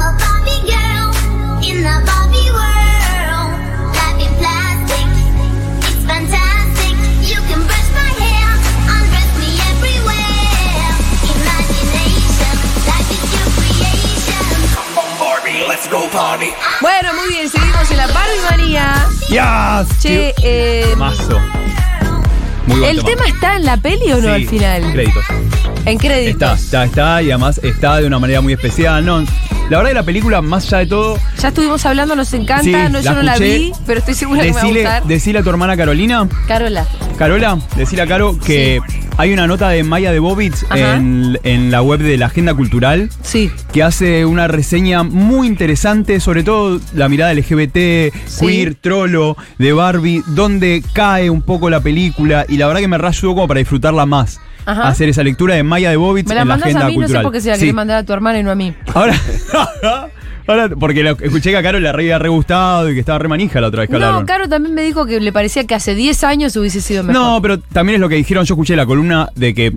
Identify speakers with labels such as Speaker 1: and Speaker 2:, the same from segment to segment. Speaker 1: a Barbie girl in the Barbie world. Life in plastic, it's fantastic. You can brush my hair, undress me everywhere. Imagination, life is your creation.
Speaker 2: Barbie, let's go party.
Speaker 3: Bueno, muy bien, seguimos en la Barbie
Speaker 4: Yes.
Speaker 3: Che, eh,
Speaker 4: Mazo. Muy buen
Speaker 3: ¿el tema está en la peli o no al
Speaker 4: Sí,
Speaker 3: final?
Speaker 4: Créditos.
Speaker 3: En
Speaker 4: Está,
Speaker 3: créditos.
Speaker 4: está, está, y además está de una manera muy especial. No, la verdad que la película, más allá de todo,
Speaker 3: Ya estuvimos hablando, nos encanta.
Speaker 4: Sí,
Speaker 3: no, yo
Speaker 4: la
Speaker 3: no la
Speaker 4: escuché.
Speaker 3: vi, pero estoy segura que me
Speaker 4: decile,
Speaker 3: va a gustar.
Speaker 4: decile a tu hermana Carolina,
Speaker 3: Carola.
Speaker 4: Carola, decile a Caro que hay una nota de Maya de Bobitz
Speaker 3: Ajá.
Speaker 4: en, en la web de la Agenda Cultural
Speaker 3: Sí.
Speaker 4: que hace una reseña muy interesante, sobre todo la mirada LGBT,
Speaker 3: Sí.
Speaker 4: queer, trolo, de Barbie, donde cae un poco la película y la verdad que me re ayudó como para disfrutarla más.
Speaker 3: Ajá.
Speaker 4: Hacer esa lectura de Maya de Bobitz
Speaker 3: Me la
Speaker 4: en la
Speaker 3: mandás
Speaker 4: agenda
Speaker 3: a mí, no sé
Speaker 4: cultural.
Speaker 3: por qué se la
Speaker 4: Sí.
Speaker 3: querés mandar a tu hermana y no a mí.
Speaker 4: Ahora, ahora, porque lo, escuché que a Caro le había re gustado y que estaba re manija la otra vez que
Speaker 3: No,
Speaker 4: hablaron.
Speaker 3: Caro también me dijo que le parecía que hace 10 años hubiese sido mejor.
Speaker 4: No, pero también es lo que dijeron. Yo escuché la columna de que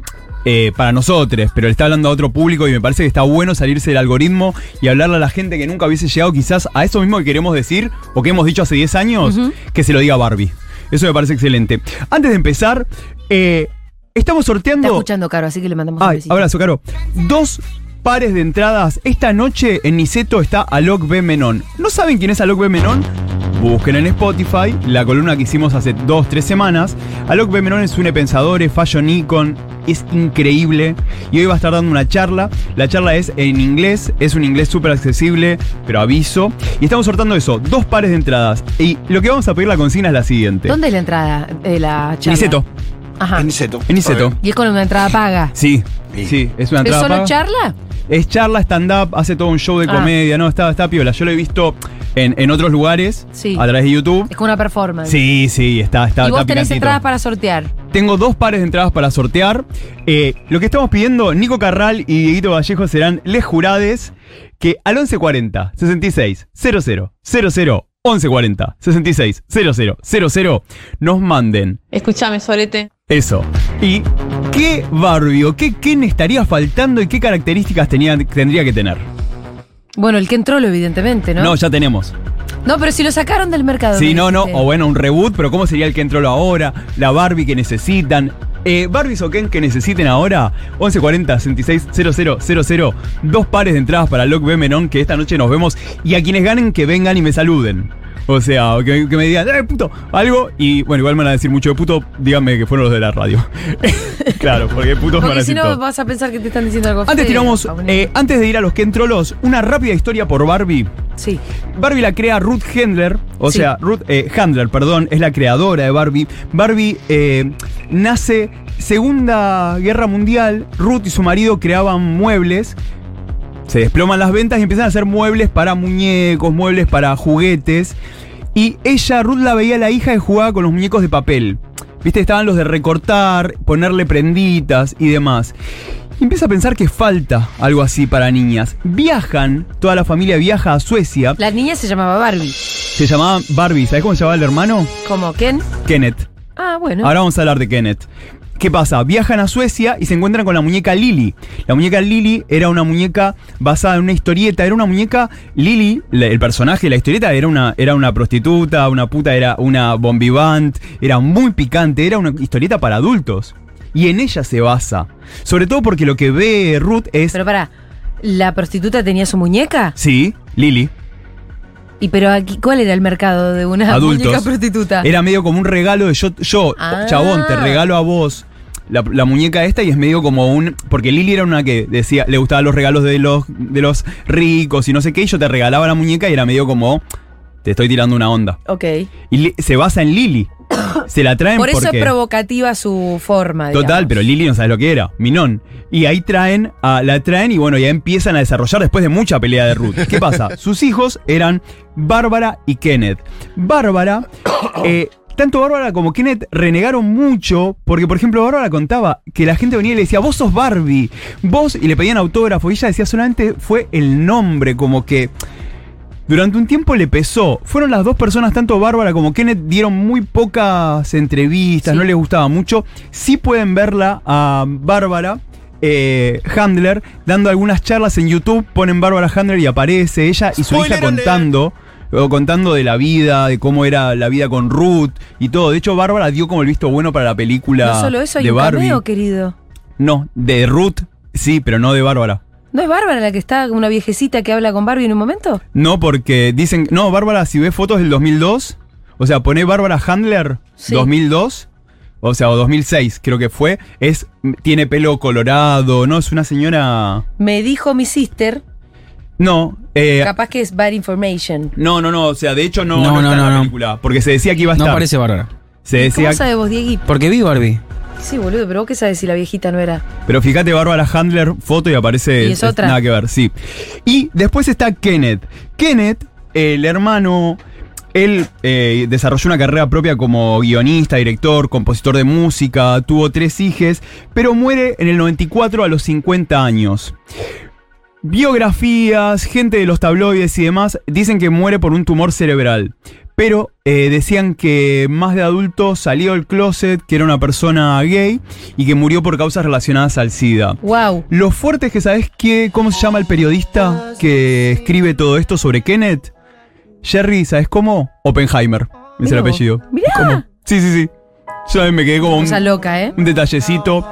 Speaker 4: eh, para nosotros, pero le está hablando a otro público y me parece que está bueno salirse del algoritmo y hablarle a la gente que nunca hubiese llegado quizás a eso mismo que queremos decir o que hemos dicho hace 10 años, que se lo diga Barbie. Eso me parece excelente. Antes de empezar, eh, estamos
Speaker 3: Está
Speaker 4: sorteando.
Speaker 3: escuchando, Caro, así que le mandamos un
Speaker 4: Ay,
Speaker 3: besito.
Speaker 4: abrazo, Caro. Dos pares de entradas. Esta noche en Niceto está Alok B. Menón. ¿No saben quién es Alok B. Menón? Busquen en Spotify la columna que hicimos hace dos, tres semanas. Alok B. Menón es un pensador, es fashion icon, es increíble. Y hoy va a estar dando una charla. La charla es en inglés, es un inglés súper accesible, pero aviso. Y estamos sortando eso, dos pares de entradas. Y lo que vamos a pedir la consigna es la siguiente.
Speaker 3: ¿Dónde es la entrada de la charla?
Speaker 4: Niceto,
Speaker 3: Ajá.
Speaker 5: Ah,
Speaker 2: En Niceto.
Speaker 4: en Niceto.
Speaker 3: Y es con una entrada paga.
Speaker 4: Sí, sí, es una
Speaker 3: ¿Es
Speaker 4: entrada
Speaker 3: solo
Speaker 4: paga.
Speaker 3: charla?
Speaker 4: Es charla, stand-up, hace todo un show de
Speaker 3: Ah.
Speaker 4: comedia, ¿no? Está, está piola. Yo lo he visto en, en otros lugares,
Speaker 3: Sí.
Speaker 4: a través de YouTube.
Speaker 3: Es como una performance.
Speaker 4: Sí, sí, está, está.
Speaker 3: Y vos
Speaker 4: está
Speaker 3: tenés
Speaker 4: picantito.
Speaker 3: entradas para sortear.
Speaker 4: Tengo dos pares de entradas para sortear. Eh, lo que estamos pidiendo, Nico Carral y Dieguito Vallejo serán les jurades que al 1140 66 00 00 1140 66 00 00 nos manden
Speaker 5: Escúchame, Sorete.
Speaker 4: eso. ¿Y qué Barbie o qué Ken estaría faltando y qué características tenía- tendría que tener?
Speaker 3: Bueno, el que entró, lo evidentemente, ¿no?
Speaker 4: no ya tenemos.
Speaker 3: No, pero si lo sacaron del mercado.
Speaker 4: Sí,
Speaker 3: me
Speaker 4: no, no.
Speaker 3: dijiste.
Speaker 4: O bueno, un reboot, pero ¿cómo sería el que entró lo ahora? La Barbie que necesitan. Eh, Barbies o Ken que necesiten ahora, 1140 66 00 Dos pares de entradas para Lock B Menón, que esta noche nos vemos. Y a quienes ganen, que vengan y me saluden. O sea, o que, que me digan, ¡eh, puto! Algo. Y bueno, igual me van a decir mucho de puto. Díganme que fueron los de la radio. claro, porque putos me van a
Speaker 3: Porque si
Speaker 4: decir
Speaker 3: no
Speaker 4: todo.
Speaker 3: vas a pensar que te están diciendo algo
Speaker 4: Antes
Speaker 3: feo,
Speaker 4: tiramos,
Speaker 3: Paulina.
Speaker 4: eh, antes de ir a los Ken Trolos, una rápida historia por Barbie.
Speaker 3: sí.
Speaker 4: Barbie la crea Ruth Handler, o
Speaker 3: Sí.
Speaker 4: sea, Ruth eh, Handler, perdón, es la creadora de Barbie. Barbie eh, nace Segunda Guerra Mundial, Ruth y su marido creaban muebles, se desploman las ventas y empiezan a hacer muebles para muñecos, muebles para juguetes. Y ella, Ruth la veía a la hija y jugaba con los muñecos de papel. Viste, estaban los de recortar, ponerle prenditas y demás. Y empieza a pensar que falta algo así para niñas. Viajan, toda la familia viaja a Suecia.
Speaker 3: La niña se llamaba Barbie.
Speaker 4: Se llamaba Barbie. ¿Sabes cómo se llamaba el hermano?
Speaker 3: ¿Como Ken?
Speaker 4: Kenneth.
Speaker 3: Ah, bueno.
Speaker 4: Ahora vamos a hablar de Kenneth. ¿Qué pasa? Viajan a Suecia y se encuentran con la muñeca Lily. La muñeca Lily era una muñeca basada en una historieta. Era una muñeca. Lily, la- el personaje de la historieta, era una, era una prostituta, una puta, era una bombivant. Era muy picante. Era una historieta para adultos. Y en ella se basa. Sobre todo porque lo que ve Ruth es.
Speaker 3: Pero para, ¿la prostituta tenía su muñeca?
Speaker 4: sí, Lily.
Speaker 3: ¿Y pero aquí cuál era el mercado de una
Speaker 4: adultos.
Speaker 3: muñeca prostituta?
Speaker 4: Era medio como un regalo de yo, yo
Speaker 3: Ah.
Speaker 4: chabón, te regalo a vos la, la muñeca esta y es medio como un. Porque Lili era una que decía, le gustaban los regalos de los, de los ricos y no sé qué, y yo te regalaba la muñeca y era medio como. Te estoy tirando una onda.
Speaker 3: Ok.
Speaker 4: Y li- se basa en Lili. Se la traen
Speaker 3: Por eso
Speaker 4: porque-
Speaker 3: es provocativa su forma.
Speaker 4: Total,
Speaker 3: digamos.
Speaker 4: pero Lili no sabes lo que era, Minón. Y ahí traen, a, la traen y bueno, ya empiezan a desarrollar después de mucha pelea de Ruth. ¿Qué pasa? Sus hijos eran Bárbara y Kenneth. Bárbara, eh, tanto Bárbara como Kenneth renegaron mucho porque, por ejemplo, Bárbara contaba que la gente venía y le decía, vos sos Barbie, vos, y le pedían autógrafo y ella decía solamente fue el nombre, como que... Durante un tiempo le pesó. Fueron las dos personas, tanto Bárbara como Kenneth, dieron muy pocas entrevistas,
Speaker 3: Sí.
Speaker 4: no les gustaba mucho. Sí pueden verla a Bárbara. eh, Handler dando algunas charlas en YouTube, ponen Bárbara Handler y aparece ella y su hija
Speaker 5: Spoiler alert.
Speaker 4: contando, o contando de la vida, de cómo era la vida con Ruth y todo. De hecho, Bárbara dio como el visto bueno para la película
Speaker 3: no solo eso, hay
Speaker 4: de
Speaker 3: un
Speaker 4: Barbie.
Speaker 3: cameo, querido.
Speaker 4: No, de Ruth, sí, pero no de Bárbara.
Speaker 3: ¿No es Bárbara la que está, una viejecita que habla con Barbie en un momento?
Speaker 4: No, porque dicen, no, Bárbara, si ves fotos del 2002, o sea, pone Bárbara Handler
Speaker 3: Sí.
Speaker 4: 2002, o sea, o 2006 creo que fue, es mm, tiene pelo colorado, no, es una señora...
Speaker 3: Me dijo mi sister,
Speaker 4: No, eh,
Speaker 3: capaz que es bad information.
Speaker 4: no, no, no, o sea, de hecho no,
Speaker 5: No, no,
Speaker 4: no, está en
Speaker 5: no,
Speaker 4: la
Speaker 5: no.
Speaker 4: película, porque se decía que iba a
Speaker 5: No
Speaker 4: estar.
Speaker 5: aparece Bárbara.
Speaker 4: Se decía,
Speaker 3: ¿Cómo sabes vos, Dieguito?
Speaker 5: Porque vi Barbie.
Speaker 3: Sí, boludo, pero vos qué sabes si la viejita no era.
Speaker 4: pero fíjate, Bárbara Handler, foto y aparece...
Speaker 3: Y es otra.
Speaker 4: Nada que ver, sí. Y después está Kenneth. Kenneth, el hermano... Él eh, desarrolló una carrera propia como guionista, director, compositor de música, tuvo tres hijes, pero muere en el 94 a los 50 años. Biografías, gente de los tabloides y demás dicen que muere por un tumor cerebral. Pero eh, decían que más de adulto salió del closet, que era una persona gay y que murió por causas relacionadas al SIDA.
Speaker 3: Wow.
Speaker 4: Lo fuerte es que, ¿sabes qué? ¿Cómo se llama el periodista que escribe todo esto sobre Kenneth? Jerry, ¿sabes cómo? Oppenheimer. Es el
Speaker 3: Mirá vos.
Speaker 4: apellido.
Speaker 3: Mirá.
Speaker 4: ¿Cómo? Sí, sí, sí. Yo también me quedé como un,
Speaker 3: Cosa loca, ¿eh?
Speaker 4: un detallecito.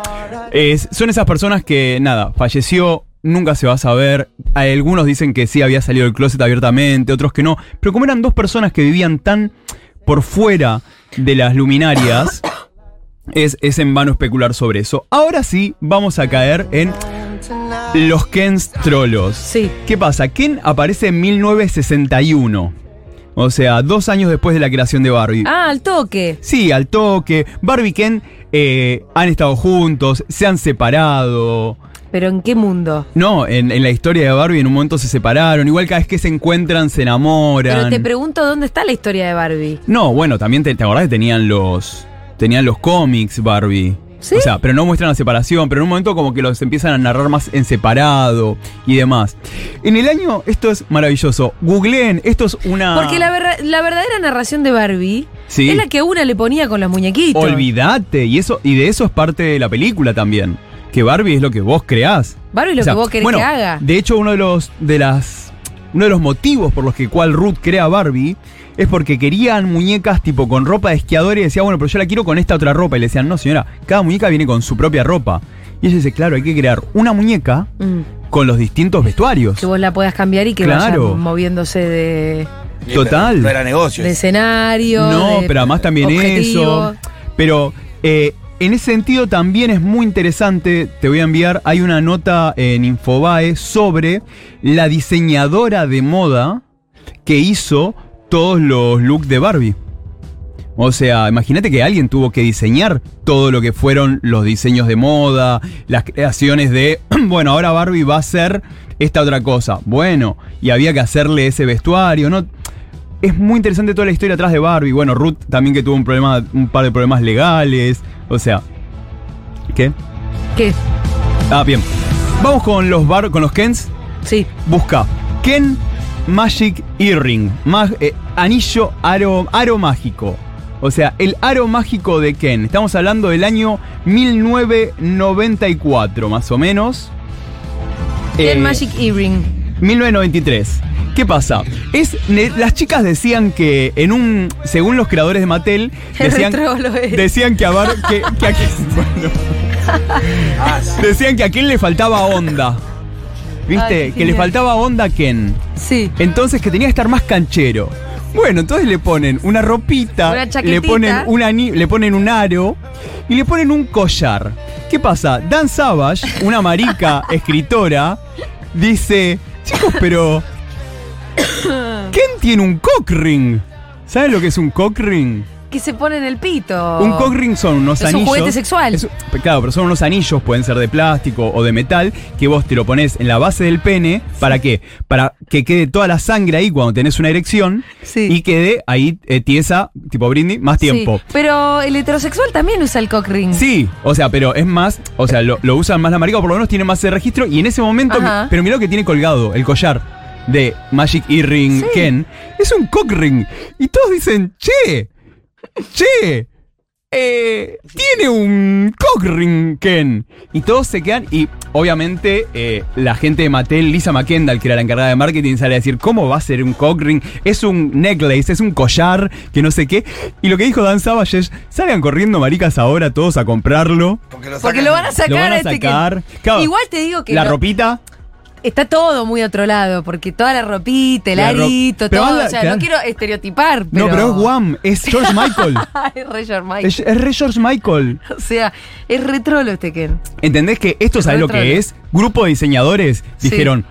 Speaker 4: Es- son esas personas que, nada, falleció, nunca se va a saber. Algunos dicen que sí había salido del closet abiertamente, otros que no. Pero como eran dos personas que vivían tan por fuera de las luminarias, es, es en vano especular sobre eso. Ahora sí, vamos a caer en los Kens trolos.
Speaker 3: Sí.
Speaker 4: ¿Qué pasa? Ken aparece en 1961. O sea, dos años después de la creación de Barbie.
Speaker 3: Ah, al toque.
Speaker 4: Sí, al toque. Barbie y Ken eh, han estado juntos, se han separado.
Speaker 3: Pero ¿en qué mundo?
Speaker 4: No, en, en la historia de Barbie en un momento se separaron. Igual cada vez que se encuentran se enamoran.
Speaker 3: Pero te pregunto dónde está la historia de Barbie.
Speaker 4: no, bueno, también te, te acordás que tenían los. Tenían los cómics Barbie.
Speaker 3: ¿Sí?
Speaker 4: O sea, pero no muestran la separación, pero en un momento como que los empiezan a narrar más en separado y demás. En el año, esto es maravilloso. Googleen, esto es una.
Speaker 3: Porque la, verra- la verdadera narración de Barbie
Speaker 4: Ah. Sí.
Speaker 3: es la que una le ponía con los muñequitos.
Speaker 4: Olvídate, y eso, y de eso es parte de la película también. Que Barbie es lo que vos creás.
Speaker 3: Barbie es lo
Speaker 4: O sea,
Speaker 3: que vos querés
Speaker 4: bueno,
Speaker 3: que haga.
Speaker 4: De hecho, uno de los de las uno de los motivos por los que cual Ruth crea Barbie es porque querían muñecas tipo con ropa de esquiador y decía, bueno, pero yo la quiero con esta otra ropa. Y le decían, no, señora, cada muñeca viene con su propia ropa. Y ella dice, claro, hay que crear una muñeca
Speaker 3: Mm,
Speaker 4: con los distintos vestuarios.
Speaker 3: que vos la puedas cambiar y que
Speaker 4: Claro.
Speaker 3: vaya moviéndose de,
Speaker 4: Total.
Speaker 5: No era negocio.
Speaker 3: de escenario.
Speaker 4: No,
Speaker 3: de
Speaker 4: pero además también
Speaker 3: objetivo.
Speaker 4: eso. Pero eh, en ese sentido también es muy interesante, te voy a enviar, hay una nota en Infobae sobre la diseñadora de moda que hizo todos los looks de Barbie. O sea, imagínate que alguien tuvo que diseñar todo lo que fueron los diseños de moda, las creaciones de, bueno, ahora Barbie va a ser esta otra cosa. Bueno, y había que hacerle ese vestuario, ¿no? Es muy interesante toda la historia atrás de Barbie. Bueno, Ruth también que tuvo un problema, un par de problemas legales. O sea. ¿Qué?
Speaker 3: ¿Qué?
Speaker 4: Ah, bien. Vamos con los bar, con los Kens.
Speaker 3: Sí.
Speaker 4: Busca Ken Magic Earring. Mag- eh, anillo aro, aro mágico. O sea, el aro mágico de Ken. Estamos hablando del año 1994, más o menos.
Speaker 3: El
Speaker 4: Eh,
Speaker 3: Magic Earring.
Speaker 4: 1993. ¿Qué pasa? Es, ne- las chicas decían que en un. según los creadores de Mattel,
Speaker 3: El
Speaker 4: decían,
Speaker 3: retrolo es.
Speaker 4: decían que a Bar- que, que a Ken- bueno. decían que a Ken le faltaba onda. ¿Viste?
Speaker 3: Ay, qué
Speaker 4: que le
Speaker 3: genial.
Speaker 4: faltaba onda a Ken.
Speaker 3: Sí.
Speaker 4: Entonces que tenía que estar más canchero. Bueno, entonces le ponen una ropita,
Speaker 3: Una chaquetita.
Speaker 4: le ponen un ani- le ponen un aro y le ponen un collar. ¿Qué pasa? Dan Savage, una marica escritora, dice, chicos, pero ¿quién tiene un cock ring? ¿Sabes lo que es un cock ring?
Speaker 3: Que se pone en el pito.
Speaker 4: Un cock ring son unos
Speaker 3: Es un
Speaker 4: anillos.
Speaker 3: juguete sexual.
Speaker 4: Es un- claro, pero son unos anillos, pueden ser de plástico o de metal, que vos te lo pones en la base del pene. ¿Para qué? Para que quede toda la sangre ahí cuando tenés una erección
Speaker 3: Sí.
Speaker 4: y quede ahí eh, tiesa, tipo brindis, más
Speaker 3: Sí.
Speaker 4: tiempo.
Speaker 3: Pero el heterosexual también usa el cock ring.
Speaker 4: Sí, o sea, pero es más, o sea, lo, lo usan más la marica, o por lo menos tiene más de registro, y en ese momento,
Speaker 3: Ajá.
Speaker 4: pero mirá lo que tiene colgado, el collar. de Magic Earring Ken es un cock ring. Y todos dicen, che, che, eh, tiene un cock ring Ken. Y todos se quedan. Y obviamente eh, la gente de Mattel, Lisa McKendall, que era la encargada de marketing, sale a decir, ¿cómo va a ser un cock ring? Es un necklace, es un collar, que no sé qué. Y lo que dijo Dan Savage es, salgan corriendo maricas ahora todos a comprarlo.
Speaker 5: Porque lo,
Speaker 3: Porque lo van a sacar.
Speaker 4: lo van a
Speaker 3: este que-
Speaker 4: sacar. Claro,
Speaker 3: Igual te digo que
Speaker 4: la
Speaker 3: no-
Speaker 4: ropita.
Speaker 3: está todo muy otro lado, porque toda la ropita, el
Speaker 4: La ro-
Speaker 3: arito,
Speaker 4: pero
Speaker 3: todo.
Speaker 4: anda-
Speaker 3: o sea,
Speaker 4: claro.
Speaker 3: no quiero estereotipar, pero.
Speaker 4: No, pero es Guam, es George Michael.
Speaker 3: es re George Michael.
Speaker 4: es, es re George Michael.
Speaker 3: O sea, es retrolo este Ken.
Speaker 4: ¿Entendés que esto,
Speaker 3: Es
Speaker 4: ¿sabes lo
Speaker 3: retro.
Speaker 4: que es? Grupo de diseñadores
Speaker 3: Sí.
Speaker 4: dijeron,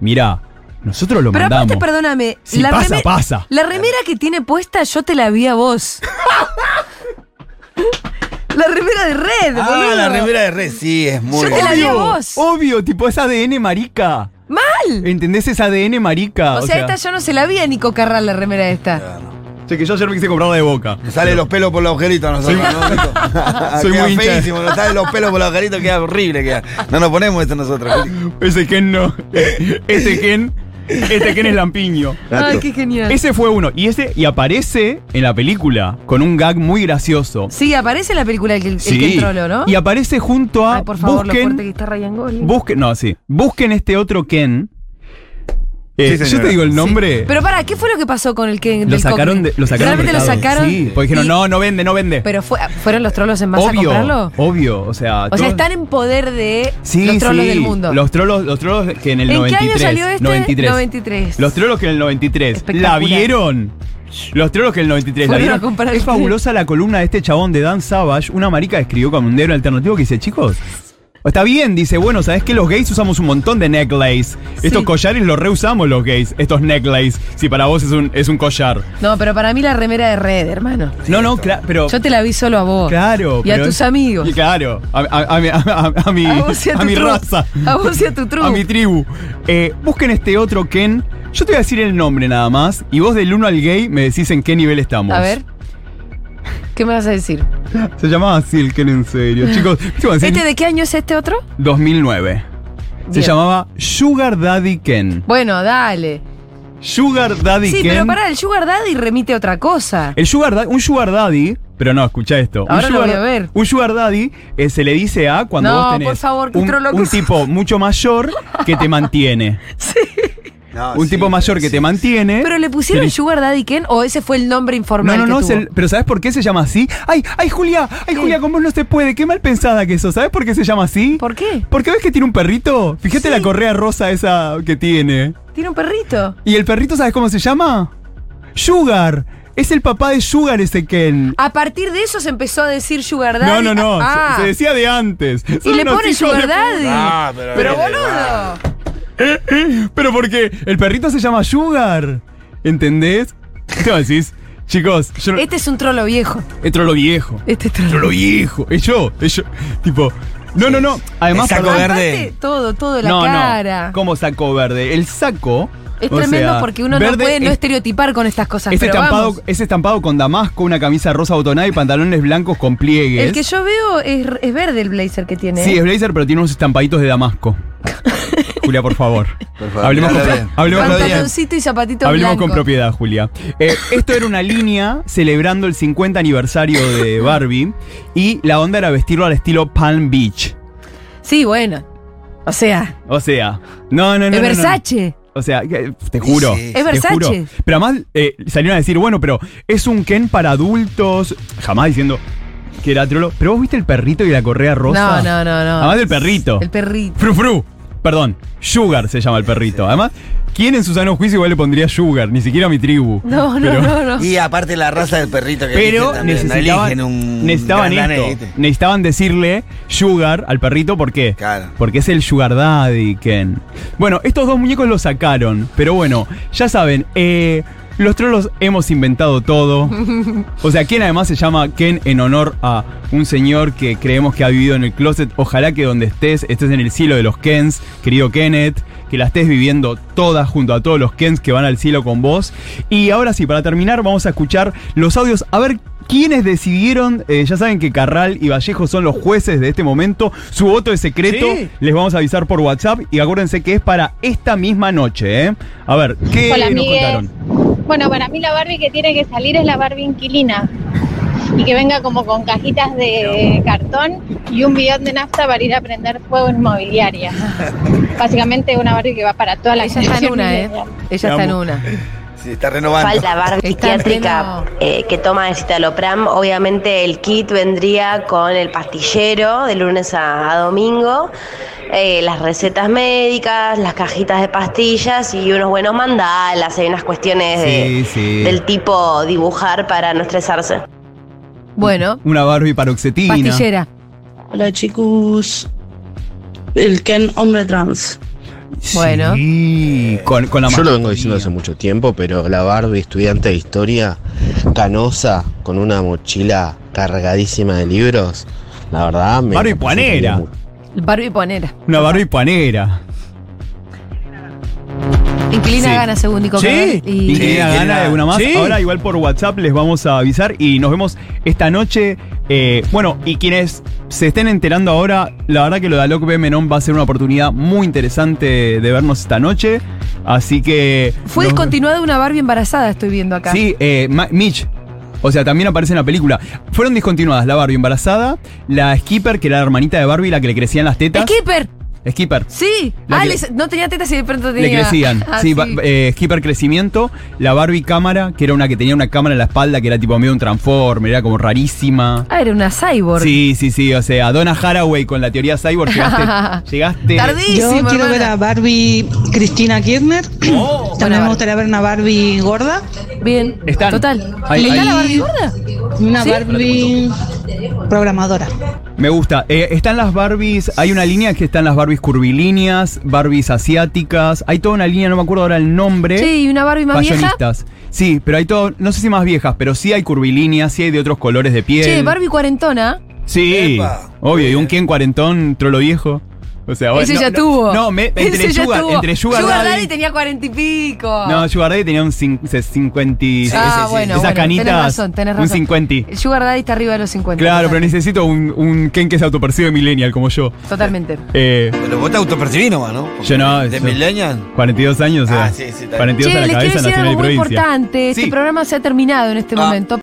Speaker 4: mira, nosotros lo
Speaker 3: Pero
Speaker 4: mandamos.
Speaker 3: aparte, perdóname,
Speaker 4: Si pasa,
Speaker 3: remera-
Speaker 4: pasa.
Speaker 3: La remera que tiene puesta, yo te la vi a vos. la remera de red,
Speaker 5: Ah,
Speaker 3: boludo.
Speaker 5: la remera de red, sí, es muy
Speaker 3: Yo te la vi a vos.
Speaker 4: Obvio, tipo es ADN marica.
Speaker 3: ¡Mal!
Speaker 4: ¿Entendés? Es ADN marica.
Speaker 3: O sea, esta yo no se la vi a Nico Carral, la remera esta.
Speaker 4: O sea, que yo ayer me quise comprar la de boca.
Speaker 5: Nos sale los pelos por los agujeritos a nosotros, ¿no, Nico?
Speaker 4: Soy
Speaker 5: queda
Speaker 4: muy hincha.
Speaker 5: feísimo, nos sale los pelos por los agujeritos, queda horrible, queda. No nos ponemos esto nosotros.
Speaker 4: Ese Ken no. Este Ken. Este Ken es lampiño.
Speaker 3: Ay, qué genial.
Speaker 4: Ese fue uno. Y ese, y aparece en la película con un gag muy gracioso.
Speaker 3: Sí, aparece en la película el, que- el
Speaker 4: Sí.
Speaker 3: que entrolo, ¿no?
Speaker 4: Y aparece junto a.
Speaker 3: Ay, por favor, lo
Speaker 4: busquen,
Speaker 3: fuerte que está Ryan Gosling.
Speaker 4: busquen. No, sí. Busquen este otro Ken. Eh,
Speaker 5: Sí,
Speaker 4: yo
Speaker 5: señora.
Speaker 4: te digo el
Speaker 3: Sí.
Speaker 4: nombre.
Speaker 3: Pero para, ¿qué fue lo que pasó con el Ken?
Speaker 4: lo
Speaker 3: del
Speaker 4: sacaron
Speaker 3: Cockney?
Speaker 4: de, lo sacaron del
Speaker 3: Realmente lo
Speaker 4: mercado.
Speaker 3: sacaron.
Speaker 4: Sí, porque dijeron,
Speaker 3: y-
Speaker 4: no, no vende, no vende.
Speaker 3: Pero fue- fueron los trolos en masa a comprarlo.
Speaker 4: obvio, obvio. O
Speaker 3: O
Speaker 4: sea,
Speaker 3: sea,
Speaker 4: todos-
Speaker 3: están en poder de
Speaker 4: Sí,
Speaker 3: los trolos
Speaker 4: sí,
Speaker 3: del mundo.
Speaker 4: Los trolos, los trolos que en el
Speaker 3: ¿En qué
Speaker 4: 93.
Speaker 3: año salió este?
Speaker 4: 93.
Speaker 3: 93.
Speaker 4: Los trolos que en el 93. ¿La
Speaker 3: Espectacular.
Speaker 4: vieron? Los trolos que en el 93. ¿La
Speaker 3: Fueron a
Speaker 4: vieron?
Speaker 3: comprar
Speaker 4: Es
Speaker 3: el-
Speaker 4: fabulosa la columna de este chabón de Dan Savage. Una marica escribió con un dedo alternativo que dice, chicos. Está bien, dice, bueno, ¿sabés que Los gays usamos un montón de necklace. Estos
Speaker 3: Sí.
Speaker 4: collares los reusamos los gays, estos necklace. Si para vos es un, es un collar.
Speaker 3: No, pero para mí la remera de red, hermano.
Speaker 4: No, no, claro, pero...
Speaker 3: Yo te la vi solo a vos.
Speaker 4: Claro.
Speaker 3: Y a
Speaker 4: pero
Speaker 3: tus
Speaker 4: es-
Speaker 3: amigos.
Speaker 4: y claro, a, a- a mi, a, a mi,
Speaker 3: A vos y a,
Speaker 4: a
Speaker 3: tu
Speaker 4: mi
Speaker 3: tru.
Speaker 4: raza.
Speaker 3: A vos y a tu tru.
Speaker 4: A mi tribu. Eh, busquen este otro Ken. Yo te voy a decir el nombre nada más. Y vos del 1 al gay me decís en qué nivel estamos.
Speaker 3: A ver. ¿Qué me vas a decir?
Speaker 4: Se llamaba así el Ken en serio. Chicos, ¿viste cuando decís
Speaker 3: ¿Este de qué año es este otro?
Speaker 4: 2009. Se
Speaker 3: Bien.
Speaker 4: llamaba Sugar Daddy Ken.
Speaker 3: Bueno, dale.
Speaker 4: Sugar Daddy
Speaker 3: Sí,
Speaker 4: Ken. ¿Eh?
Speaker 3: pero pará, el Sugar Daddy remite a otra cosa.
Speaker 4: El sugar da- un sugar daddy, pero no, escucha esto. un
Speaker 3: Ahora lo
Speaker 4: sugar,
Speaker 3: voy a ver.
Speaker 4: Un sugar daddy eh, se le dice a cuando
Speaker 3: No,
Speaker 4: vos tenés
Speaker 3: por favor, qué
Speaker 4: un,
Speaker 3: trolo que
Speaker 4: un
Speaker 3: sos.
Speaker 4: tipo mucho mayor que te mantiene.
Speaker 5: No,
Speaker 4: un
Speaker 5: Ah, sí,
Speaker 4: tipo mayor que te mantiene.
Speaker 3: ¿Pero le pusieron
Speaker 4: Se
Speaker 3: Sugar Daddy Ken o ese fue el nombre
Speaker 4: No,
Speaker 3: informal
Speaker 4: no,
Speaker 3: que
Speaker 4: no,
Speaker 3: tuvo?
Speaker 4: se- pero ¿sabes por qué se llama así? ¡Ay, ay, Julia! ¡Ay, Julia, con vos no se puede! ¡Qué mal pensada que sos! ¿Sabes por qué se llama así?
Speaker 3: ¿Por qué?
Speaker 4: Porque ves que tiene un perrito. Fíjate
Speaker 3: Sí.
Speaker 4: la correa rosa esa que tiene.
Speaker 3: Tiene un perrito.
Speaker 4: ¿Y el perrito, ¿sabes cómo se llama? Sugar. Es el papá de Sugar ese Ken.
Speaker 3: A partir de eso se empezó a decir Sugar Daddy.
Speaker 4: No, no, no. se-
Speaker 3: Ah,
Speaker 4: Se decía de antes.
Speaker 3: y
Speaker 4: Son
Speaker 3: le
Speaker 4: unos
Speaker 3: pone
Speaker 4: hijos de
Speaker 3: Sugar Daddy.
Speaker 5: Ah, pero-
Speaker 3: pero
Speaker 5: Ah.
Speaker 3: boludo.
Speaker 4: pu- Pero porque el perrito se llama Sugar. ¿Entendés? ¿Qué me decís? Chicos, yo no.
Speaker 3: Este es un trolo viejo.
Speaker 4: Entro lo viejo.
Speaker 3: Este es trolo.
Speaker 4: Entro lo viejo. Y yo, y yo. Tipo. No, no, no. Además,
Speaker 5: El saco
Speaker 4: perdón.
Speaker 5: verde.
Speaker 3: Aparte, todo, todo, la
Speaker 4: no,
Speaker 3: cara.
Speaker 4: no. ¿Cómo saco verde? El saco.
Speaker 3: Es
Speaker 4: o
Speaker 3: tremendo
Speaker 4: sea,
Speaker 3: porque uno no
Speaker 4: verde
Speaker 3: puede no
Speaker 4: es-
Speaker 3: estereotipar con estas cosas.
Speaker 4: es
Speaker 3: pero
Speaker 4: estampado,
Speaker 3: vamos.
Speaker 4: es estampado con damasco, una camisa rosa botonada y pantalones blancos con pliegues.
Speaker 3: El que yo veo es, es verde el blazer que tiene.
Speaker 4: Sí,
Speaker 3: ¿eh?
Speaker 4: es blazer, pero tiene unos estampaditos de Damasco. Julia, por favor.
Speaker 5: Por favor,
Speaker 4: hablemos con,
Speaker 5: míralo bien.
Speaker 4: hablemos con-
Speaker 5: Míralo bien.
Speaker 3: Pantaloncito y zapatito
Speaker 4: hablemos con
Speaker 3: blanco.
Speaker 4: propiedad, Julia. Eh, esto era una línea celebrando el 50 aniversario de Barbie y la onda era vestirlo al estilo Palm Beach.
Speaker 3: Sí, bueno. O sea,
Speaker 4: O sea, no, no, no.
Speaker 3: es
Speaker 4: no, no.
Speaker 3: Versace.
Speaker 4: O sea, que- te juro.
Speaker 5: Sí, sí.
Speaker 4: te
Speaker 3: Es Versace.
Speaker 4: juro. Pero además eh, salieron a decir, bueno, pero es un Ken para adultos. Jamás diciendo que era trolo. Pero vos viste el perrito y la correa rosa.
Speaker 3: No, no, no, no.
Speaker 4: Además del perrito.
Speaker 3: El perrito.
Speaker 4: Fru Fru. Perdón, Sugar se llama el perrito. Además, ¿quién en su sano juicio igual le pondría Sugar? Ni siquiera a mi tribu.
Speaker 3: No, no,
Speaker 4: Pero-
Speaker 3: no, no.
Speaker 5: Y aparte la raza del perrito que eligen
Speaker 4: Pero
Speaker 5: también, no
Speaker 4: necesitaban,
Speaker 5: eligen un
Speaker 4: necesitaban
Speaker 5: grandanés,
Speaker 4: esto.
Speaker 5: ¿viste?
Speaker 4: Necesitaban decirle Sugar al perrito, ¿por qué?
Speaker 5: Claro.
Speaker 4: Porque es el Sugar Daddy, Ken. Bueno, estos dos muñecos los sacaron, pero bueno, ya saben, eh, los trolos hemos inventado todo. O sea, Ken además se llama Ken en honor a un señor que creemos que ha vivido en el closet. Ojalá que donde estés, estés en el cielo de los Kens, querido Kenneth. Que la estés viviendo toda junto a todos los Kens que van al cielo con vos. Y ahora sí, para terminar, vamos a escuchar los audios. A ver quienes decidieron, eh, ya saben que Carral y Vallejo son los jueces de este momento, su voto es secreto,
Speaker 5: Sí.
Speaker 4: les vamos a avisar por WhatsApp y acuérdense que es para esta misma noche, ¿eh? A ver, ¿qué
Speaker 6: Hola,
Speaker 4: nos
Speaker 6: amigues.
Speaker 4: contaron?
Speaker 6: Bueno, para mí la Barbie que tiene que salir es la Barbie inquilina. Y que venga como con cajitas de cartón y un bidón de nafta para ir a prender fuego inmobiliaria. Básicamente una Barbie que va para toda la
Speaker 3: Ella está en
Speaker 6: generación
Speaker 3: una, ¿eh?
Speaker 6: millennial.
Speaker 3: Ella está en una.
Speaker 4: eh,
Speaker 5: Sí, está renovando.
Speaker 7: Falta bar
Speaker 3: Está en
Speaker 7: psiquiátrica
Speaker 3: pleno-
Speaker 7: eh, que toma escitalopram. Obviamente el kit vendría con el pastillero de lunes a, a domingo, eh, las recetas médicas, las cajitas de pastillas y unos buenos mandalas. Hay unas cuestiones
Speaker 4: Sí,
Speaker 7: de-
Speaker 4: sí.
Speaker 7: del tipo dibujar para no estresarse.
Speaker 3: Bueno,
Speaker 4: Una Barbie paroxetina.
Speaker 3: pastillera.
Speaker 8: Hola chicos. El Ken hombre trans.
Speaker 3: Bueno.
Speaker 4: Sí, con, con la
Speaker 9: Yo lo vengo
Speaker 4: mascarilla.
Speaker 9: diciendo hace mucho tiempo, pero la Barbie, estudiante de historia, canosa, con una mochila cargadísima de libros, la verdad me.
Speaker 4: Barbie
Speaker 9: me
Speaker 4: puanera.
Speaker 9: sorprendió mucho.
Speaker 3: Barbie ponera.
Speaker 4: Una Barbie panera.
Speaker 3: Inclina
Speaker 4: Sí.
Speaker 3: gana según Nico
Speaker 5: Sí.
Speaker 3: Carral,
Speaker 4: Y
Speaker 3: Y,
Speaker 5: Sí.
Speaker 4: tiene gana de una más.
Speaker 5: Sí.
Speaker 4: Ahora igual por WhatsApp les vamos a avisar y nos vemos esta noche. Eh, bueno, y quienes se estén enterando ahora, la verdad que lo de Alok B. Menon va a ser una oportunidad muy interesante de vernos esta noche. Así que...
Speaker 3: Fue
Speaker 4: nos-
Speaker 3: discontinuada una Barbie embarazada, estoy viendo acá.
Speaker 4: Sí, eh, Ma- Mitch. O sea, también aparece en la película. Fueron discontinuadas la Barbie embarazada, la Skipper, que era la hermanita de Barbie, la que le crecían las tetas.
Speaker 3: ¡Skipper!
Speaker 4: Skipper.
Speaker 3: Sí.
Speaker 4: La
Speaker 3: ah,
Speaker 4: que-
Speaker 3: les- no tenía tetas y de pronto tenía.
Speaker 4: Le crecían.
Speaker 3: Ah,
Speaker 4: sí, ba- eh, Skipper crecimiento. La Barbie cámara, que era una que tenía una cámara en la espalda, que era tipo medio un transformer, era como rarísima.
Speaker 3: Ah, era una cyborg.
Speaker 4: Sí, sí, sí. O sea, Donna Haraway con la teoría cyborg llegaste. llegaste
Speaker 3: Tardísimo.
Speaker 8: Yo quiero
Speaker 3: hermana.
Speaker 8: ver a Barbie Cristina Kirchner. También
Speaker 3: Barbie.
Speaker 8: me gustaría ver una Barbie gorda.
Speaker 3: Bien.
Speaker 4: Están.
Speaker 3: Total.
Speaker 4: Ahí-
Speaker 3: ¿Le está
Speaker 4: ahí.
Speaker 3: la Barbie gorda?
Speaker 8: Una
Speaker 3: ¿Sí?
Speaker 8: Barbie programadora.
Speaker 4: Me gusta. Eh, están las Barbies. Hay una línea que están las Barbies curvilíneas, Barbies asiáticas. Hay toda una línea, no me acuerdo ahora el nombre.
Speaker 3: Sí, y una Barbie más vieja.
Speaker 4: Fashionistas. Sí, pero hay todo, no sé si más viejas, pero sí hay curvilíneas, sí hay de otros colores de piel.
Speaker 3: Che, Barbie cuarentona.
Speaker 4: Sí,
Speaker 5: Epa.
Speaker 4: obvio, y un Ken cuarentón, trolo viejo. O sea,
Speaker 3: Ese
Speaker 4: no,
Speaker 3: ya
Speaker 4: no,
Speaker 3: tuvo.
Speaker 4: No, me, entre,
Speaker 3: Ese ya
Speaker 4: Sugar,
Speaker 3: tuvo.
Speaker 4: entre Sugar, Daddy.
Speaker 3: tenía cuarenta y pico.
Speaker 4: No, Sugar Daddy tenía un cin- se- 50. y-
Speaker 3: Ah, bueno,
Speaker 4: Esas
Speaker 3: bueno,
Speaker 4: canitas.
Speaker 3: tenés razón, tenés razón.
Speaker 4: Un 50.
Speaker 3: El Sugar Daddy está arriba de los 50.
Speaker 4: Claro, pero
Speaker 3: totalmente.
Speaker 4: necesito un, un Ken que se autopercibe millennial como yo.
Speaker 3: Totalmente.
Speaker 4: Eh,
Speaker 5: Pero vos te autopercibís nomás, ¿no? Porque
Speaker 4: Yo no,
Speaker 5: De
Speaker 4: yo-
Speaker 5: millennial.
Speaker 4: 42 años, o sea,
Speaker 5: Ah, sí, sí, está bien.
Speaker 4: 42
Speaker 3: Che,
Speaker 4: a la
Speaker 3: les quiero
Speaker 4: cabeza
Speaker 3: decir
Speaker 4: nacional
Speaker 3: algo
Speaker 4: y
Speaker 3: muy
Speaker 4: provincia.
Speaker 3: importante. Este
Speaker 4: Sí.
Speaker 3: programa se ha terminado en este
Speaker 5: Ah.
Speaker 3: momento.